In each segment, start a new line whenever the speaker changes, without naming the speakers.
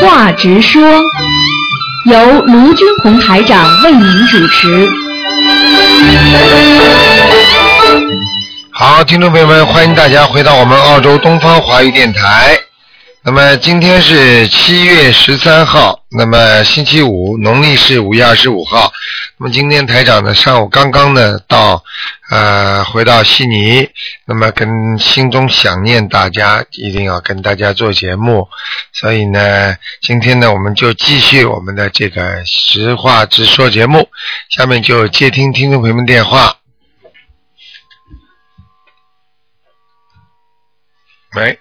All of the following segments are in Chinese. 话直说，由卢军红台长为您主持。
好，听众朋友们，欢迎大家回到我们澳洲东方华语电台。那么今天是七月十三号，那么星期五，农历是五月二十五号。那么今天台长呢，上午刚刚呢到呃回到悉尼，那么跟心中想念大家，一定要跟大家做节目。所以呢，今天呢我们就继续我们的这个实话直说节目，下面就接听听众朋友们电话。喂。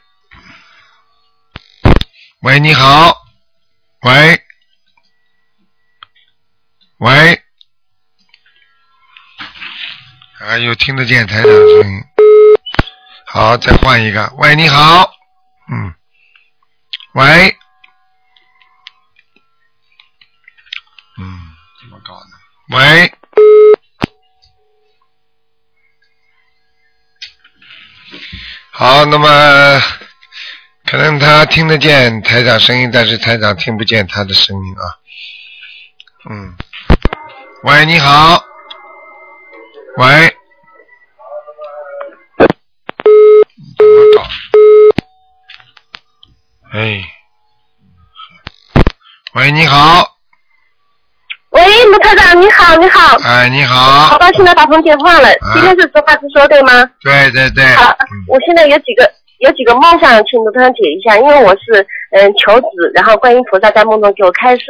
喂，你好，喂，喂，哎呦，听得见台长的声音。好，再换一个。喂，你好，嗯，喂，嗯，怎么搞呢？喂，好，那么。可能他听得见台长声音，但是台长听不见他的声音啊。嗯，喂，你好，喂，怎么搞？哎，喂，你好，
喂，卢科长，你好，你好，
哎，你
好
好，
高兴的打通电话了。今天是实话实说，对吗？
对对对，
好
嗯，
我现在有几个有几个梦想，请卢科长解一下，因为我是嗯求子，然后观音菩萨在梦中给我开示，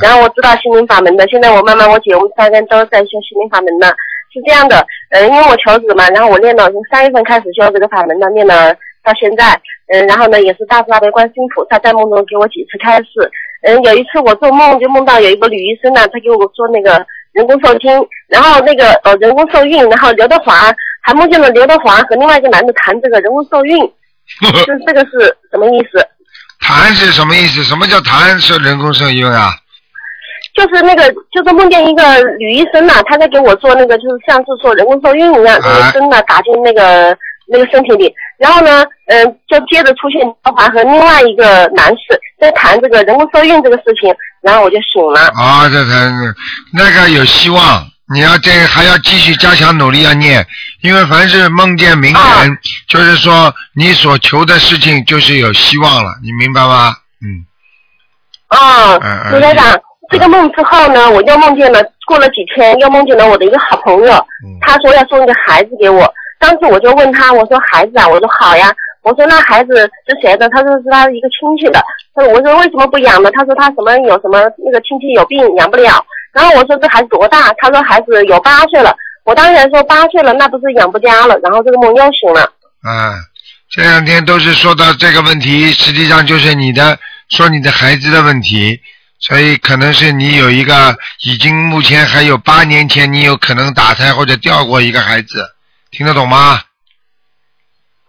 然后我知道心灵法门的，现在我慢慢我姐我们三个人都在修心灵法门呢。是这样的，嗯，因为我求子嘛，然后我练了从三月份开始修这个法门呢，练了到现在，嗯，然后呢也是大慈大悲观世音菩萨在梦中给我几次开示，嗯，有一次我做梦就梦到有一个女医生呢、她给我说那个人工受精，然后那个呃人工受孕，然后刘德华还梦见了刘德华和另外一个男的谈这个人工 受孕，这这个是什么意思？
痰是什么意思？什么叫痰是人工受孕啊？
就是那个，就是梦见一个女医生呐、她在给我做那个，就是像是说人工受孕一样，那个针呐、打进那个那个身体里，然后呢，嗯、就接着出现刘德华和另外一个男士在谈这个人工受孕这个事情，然后我就醒了。
啊，这才那个有希望。你要这还要继续加强努力要念，因为凡是梦见名人，就是说你所求的事情就是有希望了，你明白吗？嗯，
啊
嗯嗯，
卢台长，这个梦之后呢，我又梦见了，过了几天又梦见了我的一个好朋友，
嗯
他说要送一个孩子给我，当时我就问他，我说孩子啊，我说好呀，我说那孩子是谁的？他说是他一个亲戚的，他说我说为什么不养呢？他说他什么有什么那个亲戚有病养不了，然后我说这孩子多大？他说孩子有八岁了，我当然说八岁了那不是养不家了，然后这个梦又醒了。
啊，这两天都是说到这个问题，实际上就是你的说你的孩子的问题，所以可能是你有一个已经目前还有八年前你有可能打胎或者掉过一个孩子，听得懂吗？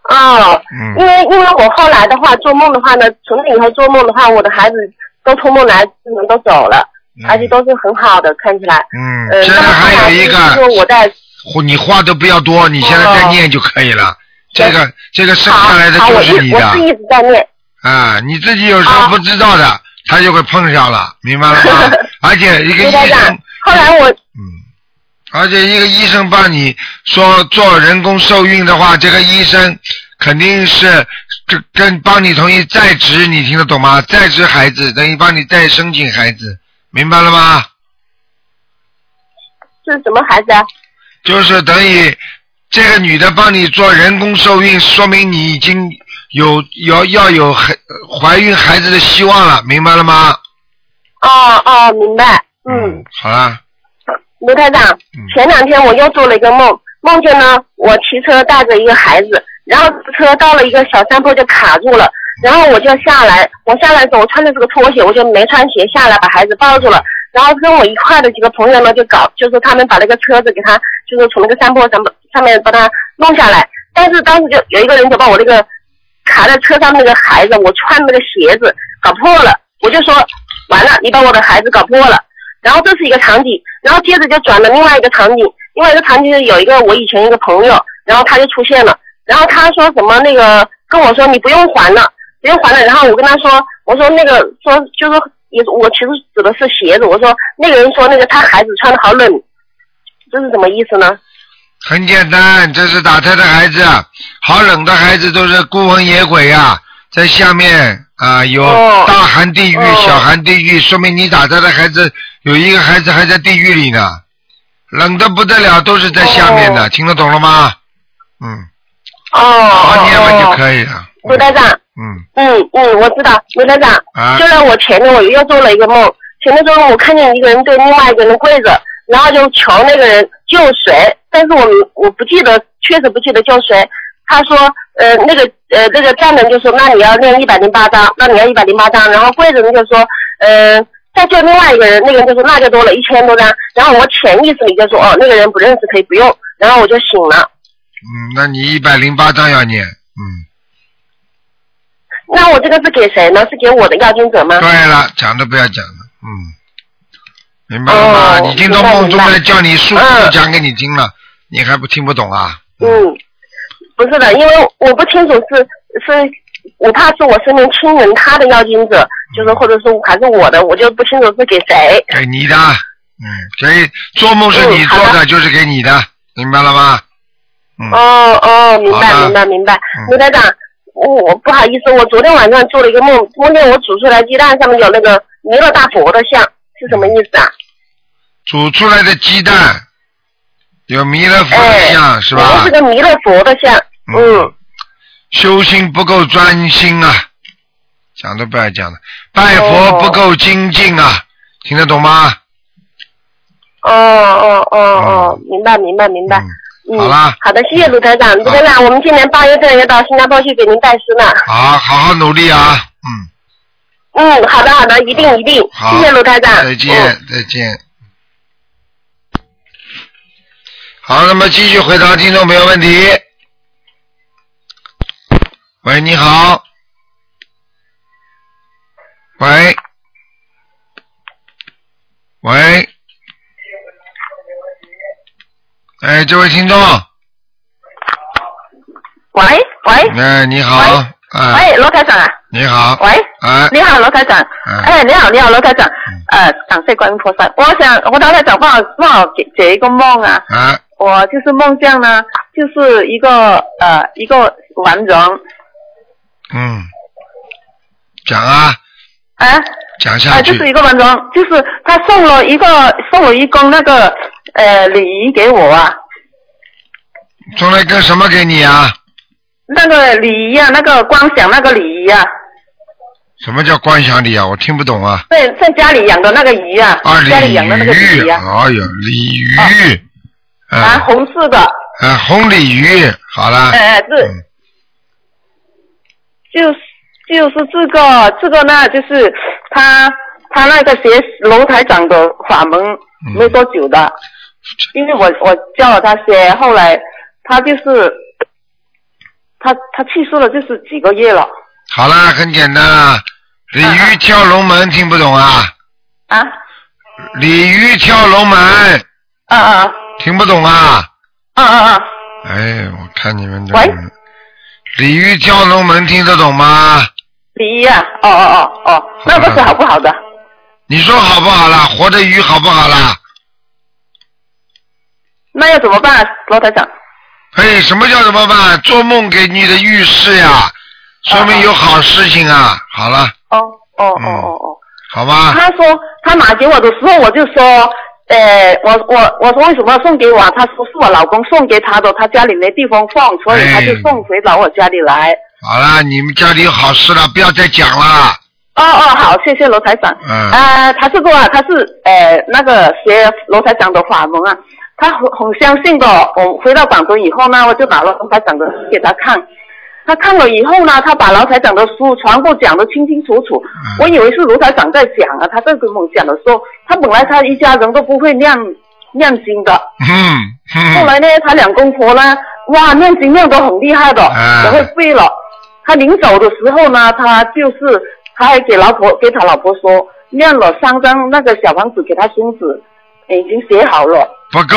哦，
嗯
因为因为我后来的话做梦的话呢，从那以后做梦的话，我的孩子都托梦来，基本都走了，而且都是很好的，看起来。
嗯，
呃，
现在
那么后来
还有一个
就是说我在
你话都不要多，你现在再念就可以了。这个这个剩下来的
好，
就
我
是你
一我啊是
的
一直在念。
啊，你自己有时候不知道的，他就会碰上了，明白了 吗？而且一个
刘
医
台
生
长，，后来我
嗯而且一个医生帮你说做人工受孕的话，这个医生肯定是跟跟帮你同意再植，你听得懂吗？再植孩子等于帮你再生进孩子，明白了吗？
是什么孩子啊？
就是等于这个女的帮你做人工受孕，说明你已经有有要有孩怀孕孩子的希望了，明白了吗？
哦哦，明白。嗯，
好啦，
卢台长，
嗯
前两天我又做了一个梦，梦见呢我骑车带着一个孩子，然后车到了一个小山坡就卡住了，然后我就下来，我下来的时候我穿的是个拖鞋，我就没穿鞋下来把孩子抱住了，然后跟我一块的几个朋友呢就搞，就是他们把那个车子给他，就是从那个山坡上上面把它弄下来，但是当时就有一个人就把我那个卡在车上那个孩子，我穿那个鞋子搞破了，我就说完了，你把我的孩子搞破了。然后这是一个场景，然后接着就转了另外一个场景，另外一个场景就是有一个我以前一个朋友，然后他就出现了，然后他说什么那个跟我说你不用还了，不用还了，然后我跟他说我说那个说就是也我其实指的是鞋子，我说那个人说那个他孩子穿的好冷，这是什么意思呢？
很简单，这是打胎的孩子，啊好冷的孩子都是孤魂野鬼呀、在下面啊、有
哦
大寒地狱、
哦
小寒地狱，说明你打胎的孩子有一个孩子还在地狱里呢，冷的不得了，都是在下面的，
哦
听得懂了吗？嗯，
哦，
好好念吧就
以。
可以了。
卢台长，
嗯
嗯嗯，我知道，卢台长，
啊
就，在我前面，我又做了一个梦，前面做梦我看见一个人对另外一个人跪着，然后就求那个人救谁，但是我们我不记得，确实不记得救谁。他说，呃，那个呃，那个站人就说，那你要念一百零八章，那你要一百零八章，然后跪着人就说，呃，再救另外一个人，那个人就说那就多了一千多张，然后我潜意识里就说，哦，那个人不认识可以不用，然后我就醒了。
嗯，那你一百零八章要念，嗯，
那我这个是给谁呢？是给我的要经者吗？
对了，讲都不要讲了，嗯，明白了吗？
哦
你听到
明白
梦中
明白
来叫你数字都
嗯
讲给你听了，你还不听不懂啊？
嗯，不是的，因为我不清楚是是，我怕是我身边亲人他的要经
嗯
者，就是或者是还是我的，我就不清楚是给谁。
给你的，嗯，给做梦是你做
嗯好
的，就是给你的，明白了吗？嗯，
哦哦，明白
好的
明白明白
嗯，
卢台长，我我不好意思，我昨天晚上做了一个梦，梦见我煮出来鸡蛋上面有那个弥勒大佛的像，是什么
嗯
意思啊？
煮出来的鸡蛋有弥勒佛的像、是
里面
吧
哎是？个弥勒佛的像，嗯，
修心不够专心啊，讲都不要讲了，拜佛不够精进啊，听得懂吗？
哦哦哦哦
嗯，
明白明白明白。
嗯，好啦
嗯，好的，谢谢卢台长。卢台长，我们今年八月份也到新加坡去给您拜师呢。
好，好好努力啊，嗯，
嗯，好的好的，一定一定，
好
谢谢卢台
嗯
长。
再
哦
见，再见。好，那么继续回答听众朋友问题。喂，你好。喂。喂。哎，这位听众，
喂喂
哎，你好，哎，
喂，罗台长啊，
你好，
喂，
哎，
你好罗台长，
哎，
哎，你好你好罗台长，
嗯
呃，感谢观音菩萨，我想我刚才想帮我帮我解解一个梦啊，
哎，
我就是梦见呢，就是一个呃一个完人，
嗯，讲啊，
啊
讲
啊
下去
就。是一个完人，就是他送了一个送了一公那个呃鲤鱼给我啊，
送了一个什么给你啊？
那个鲤鱼啊，那个光想那个鲤鱼啊，
什么叫观想礼啊？我听不懂啊。
在在家里养的那个鱼啊
啊，，
家
鲤
里
鱼，
养的那个鲤鱼啊，
哎呦，鲤鱼，
啊
啊，
红色的，
啊，红鲤鱼，好了，
哎哎是。
嗯
就是就是这个这个呢，就是他他那个学楼台长的法门没多久的，因为我我教了他学，后来他就是他他去世了，就是几个月了
好了，很简单啊。鲤
啊
鱼
啊
跳龙门，听不懂啊？
啊
鲤鱼跳龙门，
啊啊
听不懂啊？
啊啊啊！
哎，我看你们这
喂
个，鲤鱼跳龙门听得懂吗？
李一啊，哦哦哦哦，那个是好不好的？
你说好不好啦？活的鱼好不好啦？
那要怎么办、啊，罗台长？
哎，什么叫怎么办？做梦给你的预示呀，
嗯
说明有好事情啊。好了，
哦哦哦
嗯
哦哦。
好吧，
嗯
他说他拿给我的时候，我就说，呃，我我我说为什么要送给我啊？他说是我老公送给他的，他家里没地方放，所以他就送回到我家里来。
好了，你们家里有好事了，不要再讲了。
哦哦，好，谢谢罗台长。
嗯，
呃，他这个啊，他是呃那个学罗台长的法门啊，他很很相信的。我回到广州以后呢，我就把罗台长的书给他看，他看了以后呢，他把罗台长的书全部讲得清清楚楚。
嗯
我以为是卢台长在讲啊，他这个梦讲的时候，他本来他一家人都不会念念经的，
嗯
后
嗯，
来呢，他两公婆呢，哇，念经念得很厉害的，
啊
然后背了。他临走的时候呢，他就是他还给老婆给他老婆说，念了三张那个小房子给他孙子，哎已经写好了。
不够，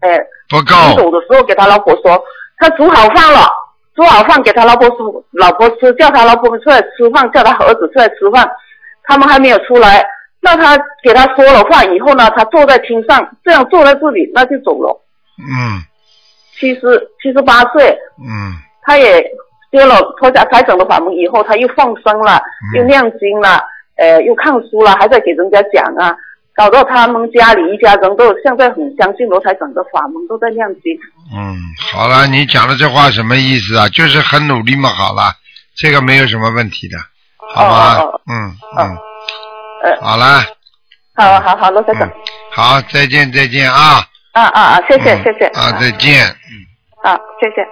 哎，
不
临
够，
走的时候给他老婆说，他煮好饭了，
煮好饭给他老婆煮，老婆吃，叫他老婆出来吃饭，叫他儿子出来吃饭，他们还没有出来。那他给他说了话以后呢，他坐在厅上，这样坐在这里，那就走了。
嗯
七十七十八岁，
嗯
他也修了脱甲财整的法门以后，他又放生了，
嗯
又念经了，呃，又看书了，还在给人家讲啊，搞到他们家里一家人都现在很相信罗台长的法门，都在念经。
嗯，好了，你讲的这话什么意思啊？就是很努力嘛，好了，这个没有什么问题的，好吗？
哦哦
嗯
哦
嗯，
呃，
好了，
好好好，罗台长
嗯，，好，再见再见啊！
啊啊啊，谢谢
嗯
谢谢，
啊，再见。
啊谢谢。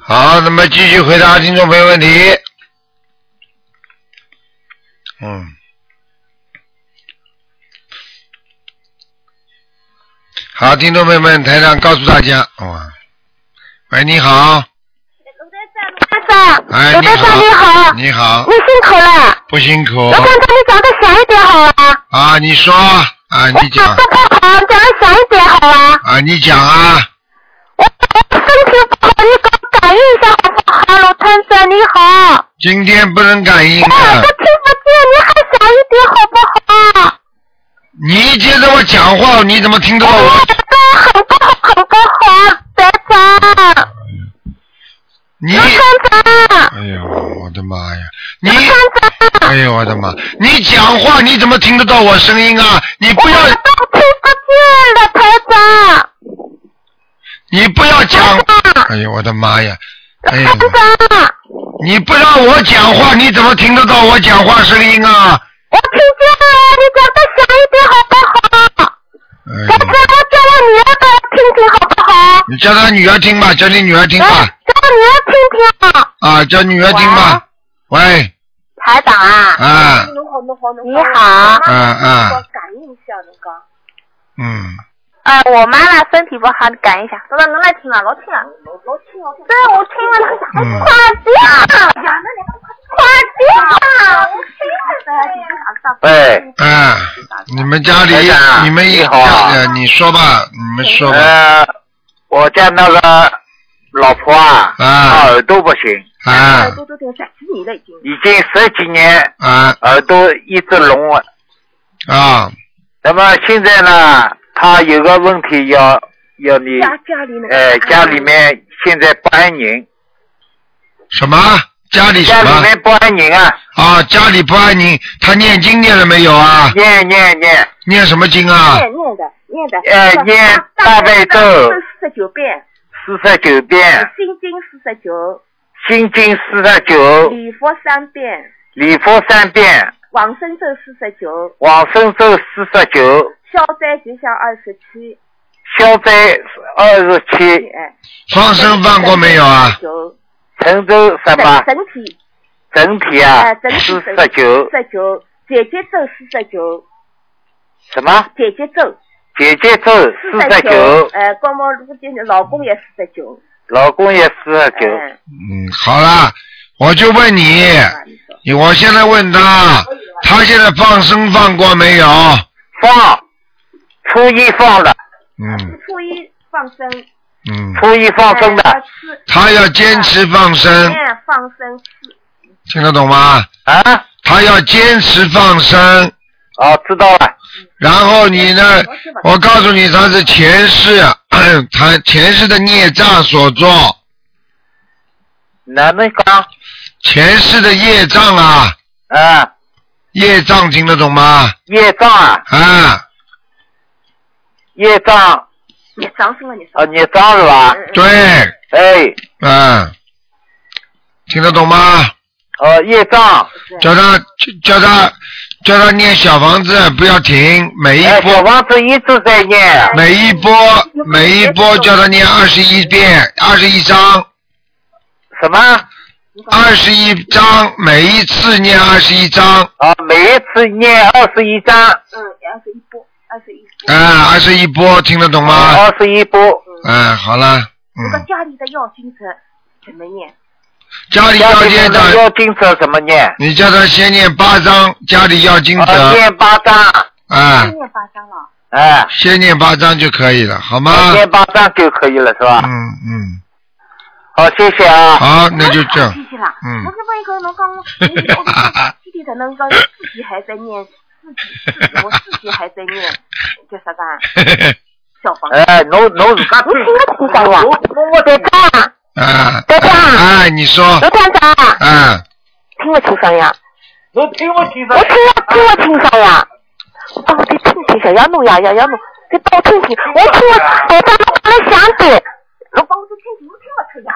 好，那么继续回答听众朋友问题。嗯。好，听众朋友们，台上告诉大家，哇，喂，你好，
先生，
哎，
罗台长你好
你好
你，辛苦了，
不辛苦
罗台长你讲的小一点好啊，
啊，你说啊，
我
你讲
这不好，讲的小一点好啊，
啊，你讲啊，
我我身体不好，你给我感应一下好不好？罗先生你好，哎
今天不能感应
我耳
啊
朵，听不见，你还小一点好不好？
你接着我讲话，你怎么听得到
我
我？
耳朵很不哎好，很不好，台长，
你，
罗先生。
哎呦，我的妈呀，你。
先生，
哎呦我的妈！你讲话你怎么听得到我声音啊？你
我
不要
耳朵听不见了，台长，
你不要讲！
台
哎呦我的妈呀！哎呀
长，，台长，
你不让我讲话，你怎么听得到我讲话声音啊？
我听见了，你讲的小一点好不好？
哎呦
台长，，我叫我女儿给我听听好不好？
你叫他女儿听吧，叫你女儿听
哎
吧，
叫我女儿听听啊。
啊，叫女儿听吧。喂，
台长啊，
啊，
哦
嗯
你好，
啊啊，
感应一下那个。
嗯，
呃
哎，我妈妈身体不好，你感应一下。那能来听啊？老听啊。老听啊。对，我听了那个啥。
嗯
快点，啊
哎
快
啊
点，啊
哎，
啊，你们家里
台长啊
你们一
你好啊
呃你说吧，你们说吧，
呃，我家那个老婆啊，
啊
她耳朵不行，
啊
已经十几年
啊
耳朵一直聋了。
啊，
那么现在呢，她有个问题要要你，
家里那
呃，家里面现在不安宁，
什么？家里
家
什
里
么？
面不安宁啊，
啊，家里不安宁，他念经念了没有啊？
念念念，
念什么经啊？
哎念念的念的。
呃，念大悲咒
四十九遍，
四十九遍，
心经四十九，
心经四十九，
礼佛三遍，
礼佛三遍，
往生咒四十九，
往生咒四十九，
消灾吉祥二十七。
消灾二十七。
哎。
放生放过没有啊？
九。
陈州什
整
么
整体
整体
呃
啊
整？体
四
整
十九
四十九，姐姐咒四十九，
什么？
姐姐咒
姐姐咒四十
九
九，，
呃，光毛如今老公也四十九，
老公也四十九。
嗯
嗯，好啦，我就问你，
啊
我现在问他，他现在放生放过没有？
放，初一放的，
嗯
初一放生，
嗯，
初一放生的嗯
哎要吃
他要坚持放生，
哎放生吃，
听得懂吗？
嗯
啊？
他要坚持放生，
哦，知道了。
然后你呢？我告诉你，他是前世， 他前世的孽障所做，
哪能讲？
前世的业障啊，
啊，
业障听得懂吗？
业障啊，
啊，
业障
也长什么你说嗯
啊，孽障是吧？
对，
哎，
嗯，听得懂吗？
哦，业障。
叫他叫他叫他念小房子，不要停，每一
哎，小
波
房子一直在念啊。
每一波每一波叫他念二十一遍，二十一章，
什么？
二十一章，每一次念二十一章，
啊，每一次念二十一章，
嗯，二十一波，二十一波，
啊，二十一波，听得懂吗？
二十一波。
嗯，好了，
那
嗯，
个家里的要精神怎么念？
家里
家
要
里面
念
的
的，
要经者怎么念？
你叫他先念八章，家里要经
啊，
者，
念八章。
啊，
今念八张了，
哎，
先念八章就可以了，好吗？
念八张就可以了，是吧？
啊嗯嗯，
好，谢谢啊。
好，那就这样。
谢谢啦。
嗯
我这边一个能刚，我具体才能让自己还在念，自己自己我自己还在念，叫啥子啊？小房子。
哎，侬侬自家听
听到哇
我我在
啊，
台长
哎，你说，
刘团长，
啊，
听不清声音啊？
侬听我听
我听啊，听我清声呀。我
哦
到底听听小杨弄呀，小杨弄，你帮我听听，我听我台长我来想的。
我帮我去听听，我听不出呀。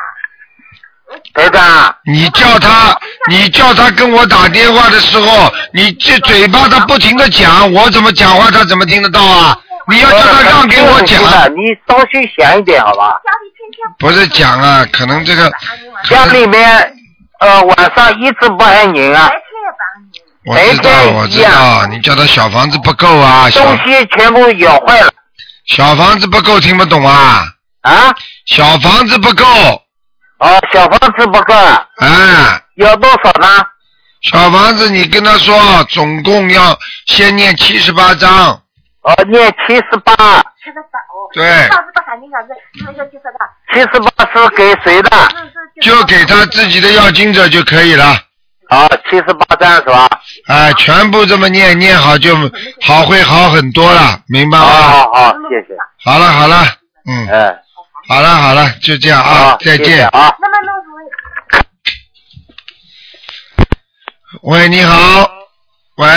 台长，
你叫他，你叫他跟我打电话的时候，你这嘴巴他不停的讲，我怎么讲话他怎么听得到啊？你要叫他让给我讲，
哎
啊
你稍微想一点好吧？
家里天天
不是讲啊，可能
呃
这个
家里面呃晚上一直不安宁啊
白，天也帮你，
我知道，我知道，你啊叫他小房子不够啊，小
东西全部咬坏了
小房子不够，听不懂啊，
啊！
小房子不够，
哦，小房子不够，啊
哎。
要多少呢？
小房子，你跟他说，总共要先念七十八章，
哦，念七十八，
吃的少。
对
上次不喊你啥子，那个就是啥，
七十八是给谁 的？
那是
就给他
呃
自己的要经者就可以了。
哦，七十八张是吧？
哎，全部这么念，念好就好，会好很多了，明白
好
吗？
好好，谢谢。
好了好了，嗯，
嗯，
好了好了，就这样啊
好，，
再
谢谢
见。
啊。
那么那什么，
喂，你好，喂，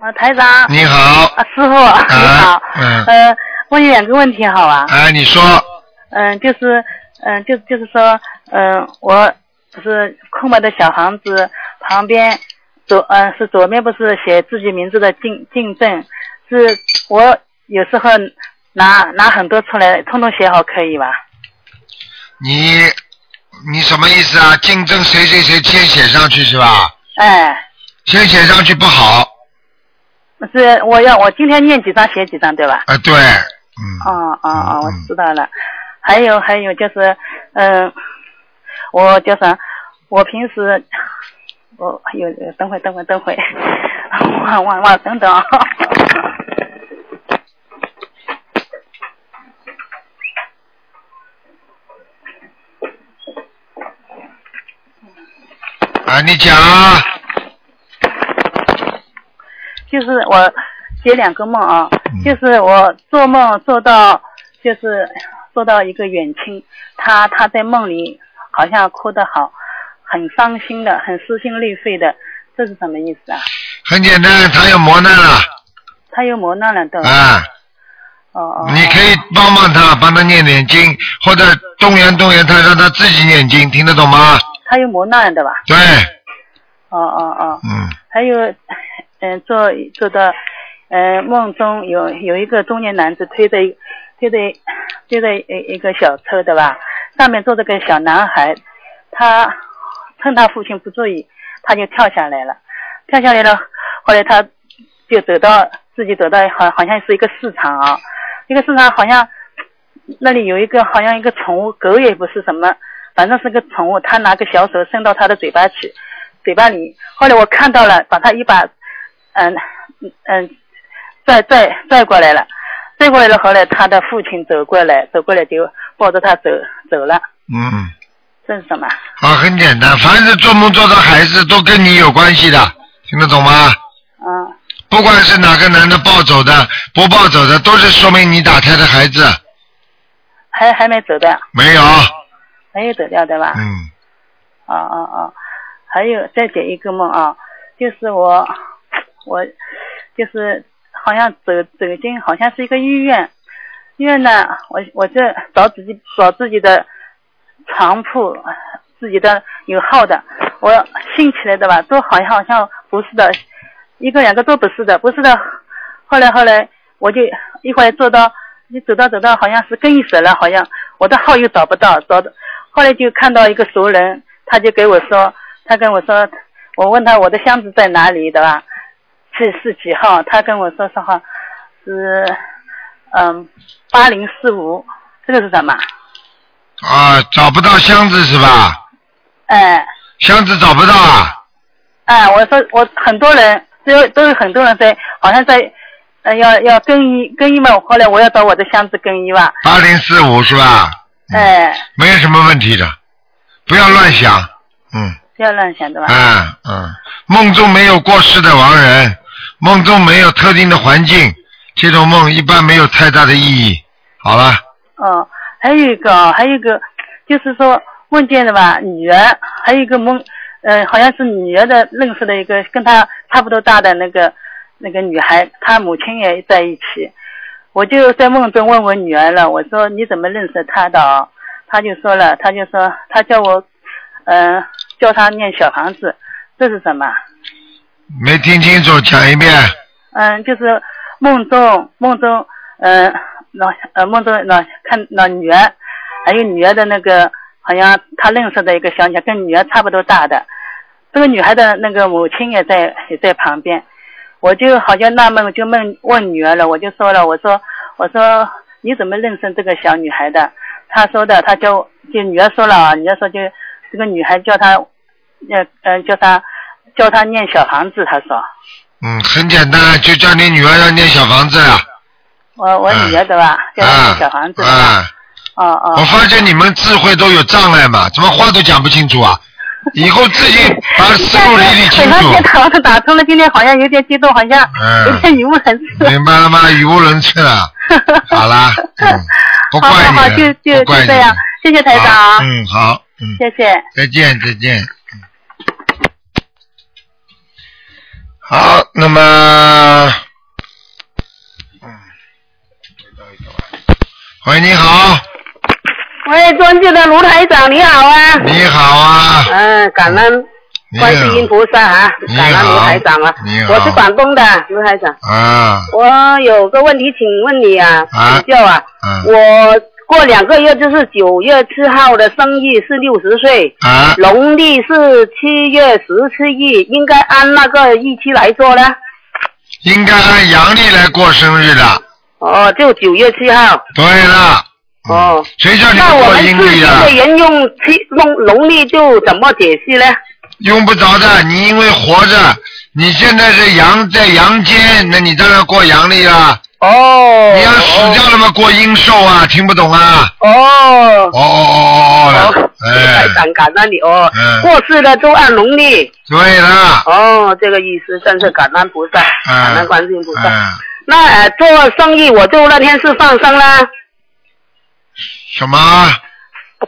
啊，台长，
你好，
啊，师傅，你好，
嗯
呃，问你两个问题好吧？
哎，你说，
嗯、就是，嗯、就就是说，嗯、我不是空白的小房子旁边左，嗯、是左面不是写自己名字的进进证，是我有时候拿拿很多出来，通通写好可以吧？
你你什么意思啊？竞争谁谁谁先写上去是吧？
哎，
先写上去不好
是我要我今天念几张写几张对吧？
啊，对，嗯。
哦哦哦，我
嗯
知道了。还有还有就是，嗯、我叫啥？我平时我有有等会等会等会， 忘忘忘，等等啊。
啊，你讲啊，
就是我解两个梦啊，
嗯
就是我做梦做到，就是做到一个远亲，他他在梦里好像哭得好，很伤心的，很撕心裂肺的，这是什么意思啊？
很简单，他有磨难了
他又磨难了，对吧？
啊，
哦嗯哦。
你可以帮帮他，帮他念点经，或者动员动员他，让他自己念经，听得懂吗？
他又磨难了，对吧？
对，
哦哦哦，
嗯，
还有，嗯、做做到，嗯、梦中有有一个中年男子推着一推着一推着一一个小车，对吧？上面坐着个小男孩，他趁他父亲不注意，他就跳下来了，跳下来了，后来他就走到自己走到好好像是一个市场啊，一个市场好像那里有一个好像一个宠物狗也不是什么，反正是个宠物，他拿个小手伸到他的嘴巴去，嘴巴里。后来我看到了，把他一把，嗯嗯嗯，拽拽拽过来了，拽过来了。后来他的父亲走过来，走过来就抱着他走走了。
嗯，
这是什么？
啊，很简单，凡是做梦做到孩子都跟你有关系的，听得懂吗？
嗯，
不管是哪个男的抱走的，不抱走的，都是说明你打胎的孩子
还还没走掉，
没有，
没有走掉，对吧？
嗯，
哦哦哦，还有再解一个梦啊，就是我我就是好像走走进好像是一个医院，医院呢，我我就找自己找自己的床铺，自己的有号的，我兴起来的吧，都好像好像不是的，一个两个都不是的，不是的，后来后来我就一会儿坐到，就走到走到好像是更衣室了，好像我的号又找不到，找的，后来就看到一个熟人，他就给我说，他跟我说，我问他我的箱子在哪里，对吧？是是几号？他跟我说是号是嗯八零四五，这个是什么？
啊，找不到箱子是吧？
哎
箱子找不到啊？
哎，我说我很多人都有都有很多人在，好像在。呃，要要更衣更衣嘛，后来我要找我的箱子更衣吧，
八零四五是吧？
哎，
没有什么问题的，不要乱想，嗯，
不要乱想，对吧？
啊，嗯，梦中没有过世的亡人，梦中没有特定的环境，这种梦一般没有太大的意义。好了，
哦，还有一个啊，还有一个就是说梦见的吧，女儿，还有一个梦，呃，好像是女儿的认识的一个跟她差不多大的那个那个女孩，她母亲也在一起。我就在梦中问我女儿了，我说你怎么认识她的啊？她就说了，她就说她叫我，嗯、呃，教她念小房子，这是什么？
没听清楚，讲一遍。
嗯，就是梦中梦中，嗯、呃，老呃梦中老看老女儿，还有女儿的那个，好像他认识的一个小女孩，跟女儿差不多大的，这个女孩的那个母亲也在也在旁边，我就好像纳闷，我就问问女儿了，我就说了，我说我说你怎么认识这个小女孩的？她说的，她叫就女儿说了啊，女儿说就这个女孩叫她，呃呃叫她叫她念小房子，她说
嗯，很简单，就叫你女儿要念小房子呀。
我我女儿对吧？叫她念小房子，对吧
哎啊，
哦哦。
我发现你们智慧都有障碍嘛，怎么话都讲不清楚啊？以后自己把思路理理清
很高
楚
兴，打通打通了，今天好像有点激动，好像
嗯
有点语无伦 次。
明白了吗？语无伦次 了。好啦，嗯， 不
好
怪
好
你
好，
了
就就
不怪
就
你
这样
了，
谢谢台长
好
啊，
嗯，好，嗯，
谢谢。
再见，再见。嗯好，那么，嗯，喂，你好，
喂，尊敬的卢台长，你好啊！
你好啊，
嗯，感恩
呃
你
观世音
好
菩萨啊，
你
感恩卢
好
台长啊
你！好
我是广东的卢台长，
啊，
我有个问题，请问你啊，
啊
请教啊，
嗯，
我过两个月就是九月七号的生日是六十岁，
啊，
农历是七月十七日，应该按那个日期来做呢？
应该按阳历来过生日的。
哦，就九月七号。
对了，嗯
哦，
谁叫你
那
们
我
过
们
阴
自
历啊的
己的？人用七弄农历就怎么解释呢？
用不着的，你因为活着，你现在是阳在阳间，那你当然过阳历啦。
哦，
你要死掉了嘛，过阴寿啊，听不懂啊？
哦。
哦哦哦哦
哦
哦，，哎
台，长感恩你哦，
嗯
过世了都按农历
对了，
哦，这个意思真是感恩菩萨，
啊
感恩观世音菩萨。
嗯，
那呃，做生意我就那天是放生啦，
什么？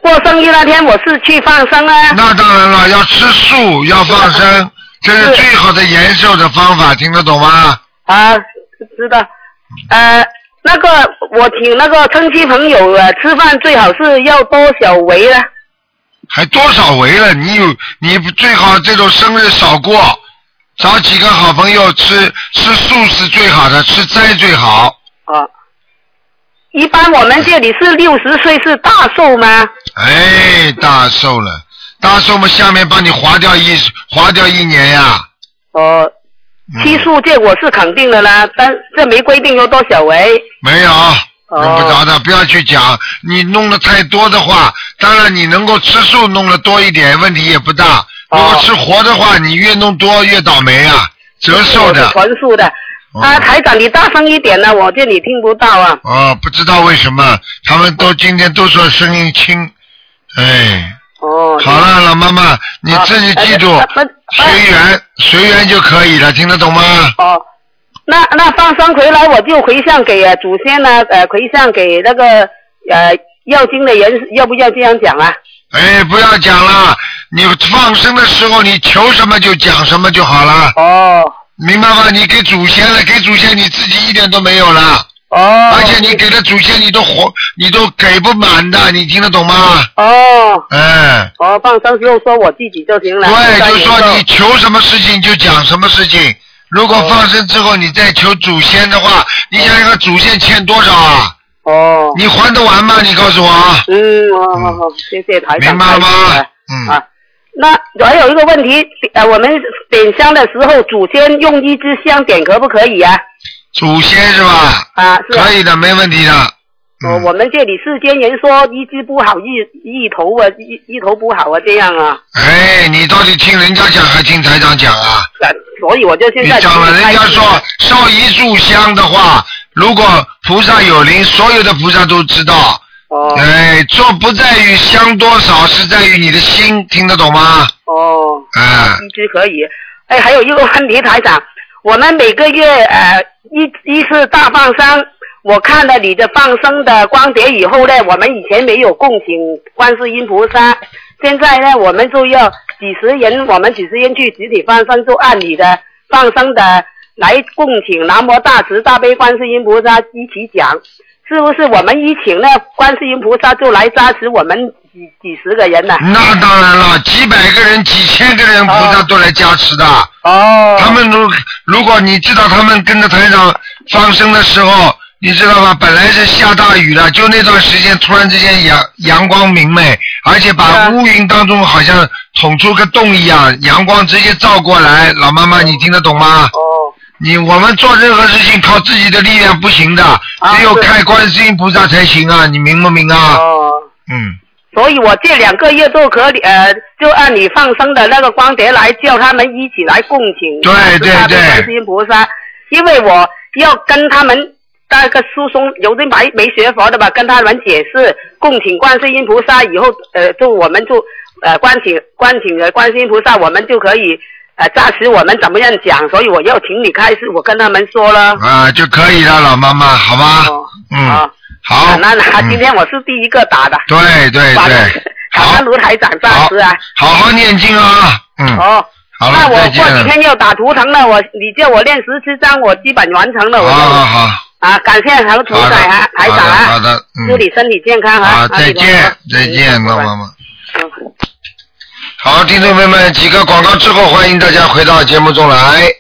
过生日那天我是去放生啊啦。
那当然了，要吃素，要放生，这是最好的延寿的方法，听得懂吗？
啊，知道。呃，那个我请那个亲戚朋友呃吃饭最好是要多少围呢？
还多少围了？你有你最好这种生日少过，找几个好朋友吃吃素是最好的，吃斋最好。
哦，一般我们这里是六十岁是大寿吗？
哎，大寿了，大寿嘛，下面帮你划掉一划掉一年呀。
哦，
嗯
七数这我是肯定的啦，但这没规定有多少围。
没有，
哦
用不着的，不要去讲。你弄的太多的话，当然你能够吃素弄的多一点，问题也不大。如果
哦
吃活的话，你越弄多越倒霉啊，折寿
我
的
是。纯素的。啊，
嗯
台长，你大声一点呢，我这里听不到啊。
哦，不知道为什么，他们都今天都说声音轻，哎，
哦，
好了，老妈妈，你
啊
自己记住，
呃呃呃
随缘，随缘就可以了，听得懂吗？
哦，那那放生回来我就回向给呃祖先呢、呃，回向给那个呃要经的人，要不要这样讲啊？
哎，不要讲了，你放生的时候，你求什么就讲什么就好了，
哦
明白吗？你给祖先了，给祖先你自己一点都没有了，
哦，
而且你给了祖先，你都活，你都给不满的，你听得懂吗？
哦
哎，
哦，放生时候说我自己就行了。
对，就说你
你
求什么事情就讲什么事情。如果放生之后你再求祖先的话，你想想看祖先欠多少啊？
哦，
你还得完吗？你告诉我啊，
嗯，好好好，谢谢台长。
明白了
台
吗
长？
嗯，
啊，那还有一个问题，呃，我们点香的时候，祖先用一支香点可不可以啊？
祖先是吧？
啊，是啊
可以的，没问题的。
我
嗯
我们这里世间人说一支不好，一一头啊，一一头不好啊，这样啊，
哎，你到底听人家讲还听台长讲啊？
呃所以我就现
你
在
讲了，人家说
开始
烧一炷香的话，如果菩萨有灵，所有的菩萨都知道。
哦
哎，做不在于香多少，是在于你的心，听得懂吗？
哦，
啊，
一直可以。哎，还有一个问题，台长，我们每个月呃一一次大放生，我看了你的放生的光碟以后呢，我们以前没有供请观世音菩萨，现在呢，我们就要几十人，我们几十人去集体放生，就按你的放生的来供请南无大慈大悲观世音菩萨一起讲。是不是我们一请呢？观世音菩萨就来加持我们几几十个人呢？
那当然了，几百个人、几千个人，菩萨都来加持的。
哦，
他们如如果你知道他们跟着台长放生的时候，你知道吧？本来是下大雨了，就那段时间突然之间阳阳光明媚，而且
啊
把乌云当中好像捅出个洞一样，阳光直接照过来。老妈
嗯
妈，你听得懂吗？
哦，
你我们做任何事情靠自己的力量不行的，只有
啊对
开观世音菩萨才行啊！你明不明啊？
哦，
嗯，
所以我这两个月都可以，呃，就按你放生的那个光碟来叫他们一起来供请
对对
大慈大悲
对
观世音菩萨，因为我要跟他们那个师兄有的没没学佛的吧，跟他们解释供请观世音菩萨以后，呃，就我们就呃观请观请呃观世音菩萨，我们就可以呃暂时我们怎么样讲，所以我要请你开始，我跟他们说了。
啊就可以了，老妈妈，好吧？
哦，
嗯
好，，
好，
那那
嗯
今天我是第一个打的。
对对
好的
对，
感
好
恩卢台长加持啊！
好好念经啊，嗯，
哦，
好
那
了，
我
再
过几
见。
天要打图腾了，我你叫我练十七章，我基本完成了，
好
我
好
就
好，
啊，感谢侯
好
台
的，
长啊，台
好
长
的，好
啊，
的，
祝
嗯，
你身体健康啊！嗯
好，再见，再见，老
老
妈妈。
嗯
好，听众朋友们，几个广告之后，欢迎大家回到节目中来。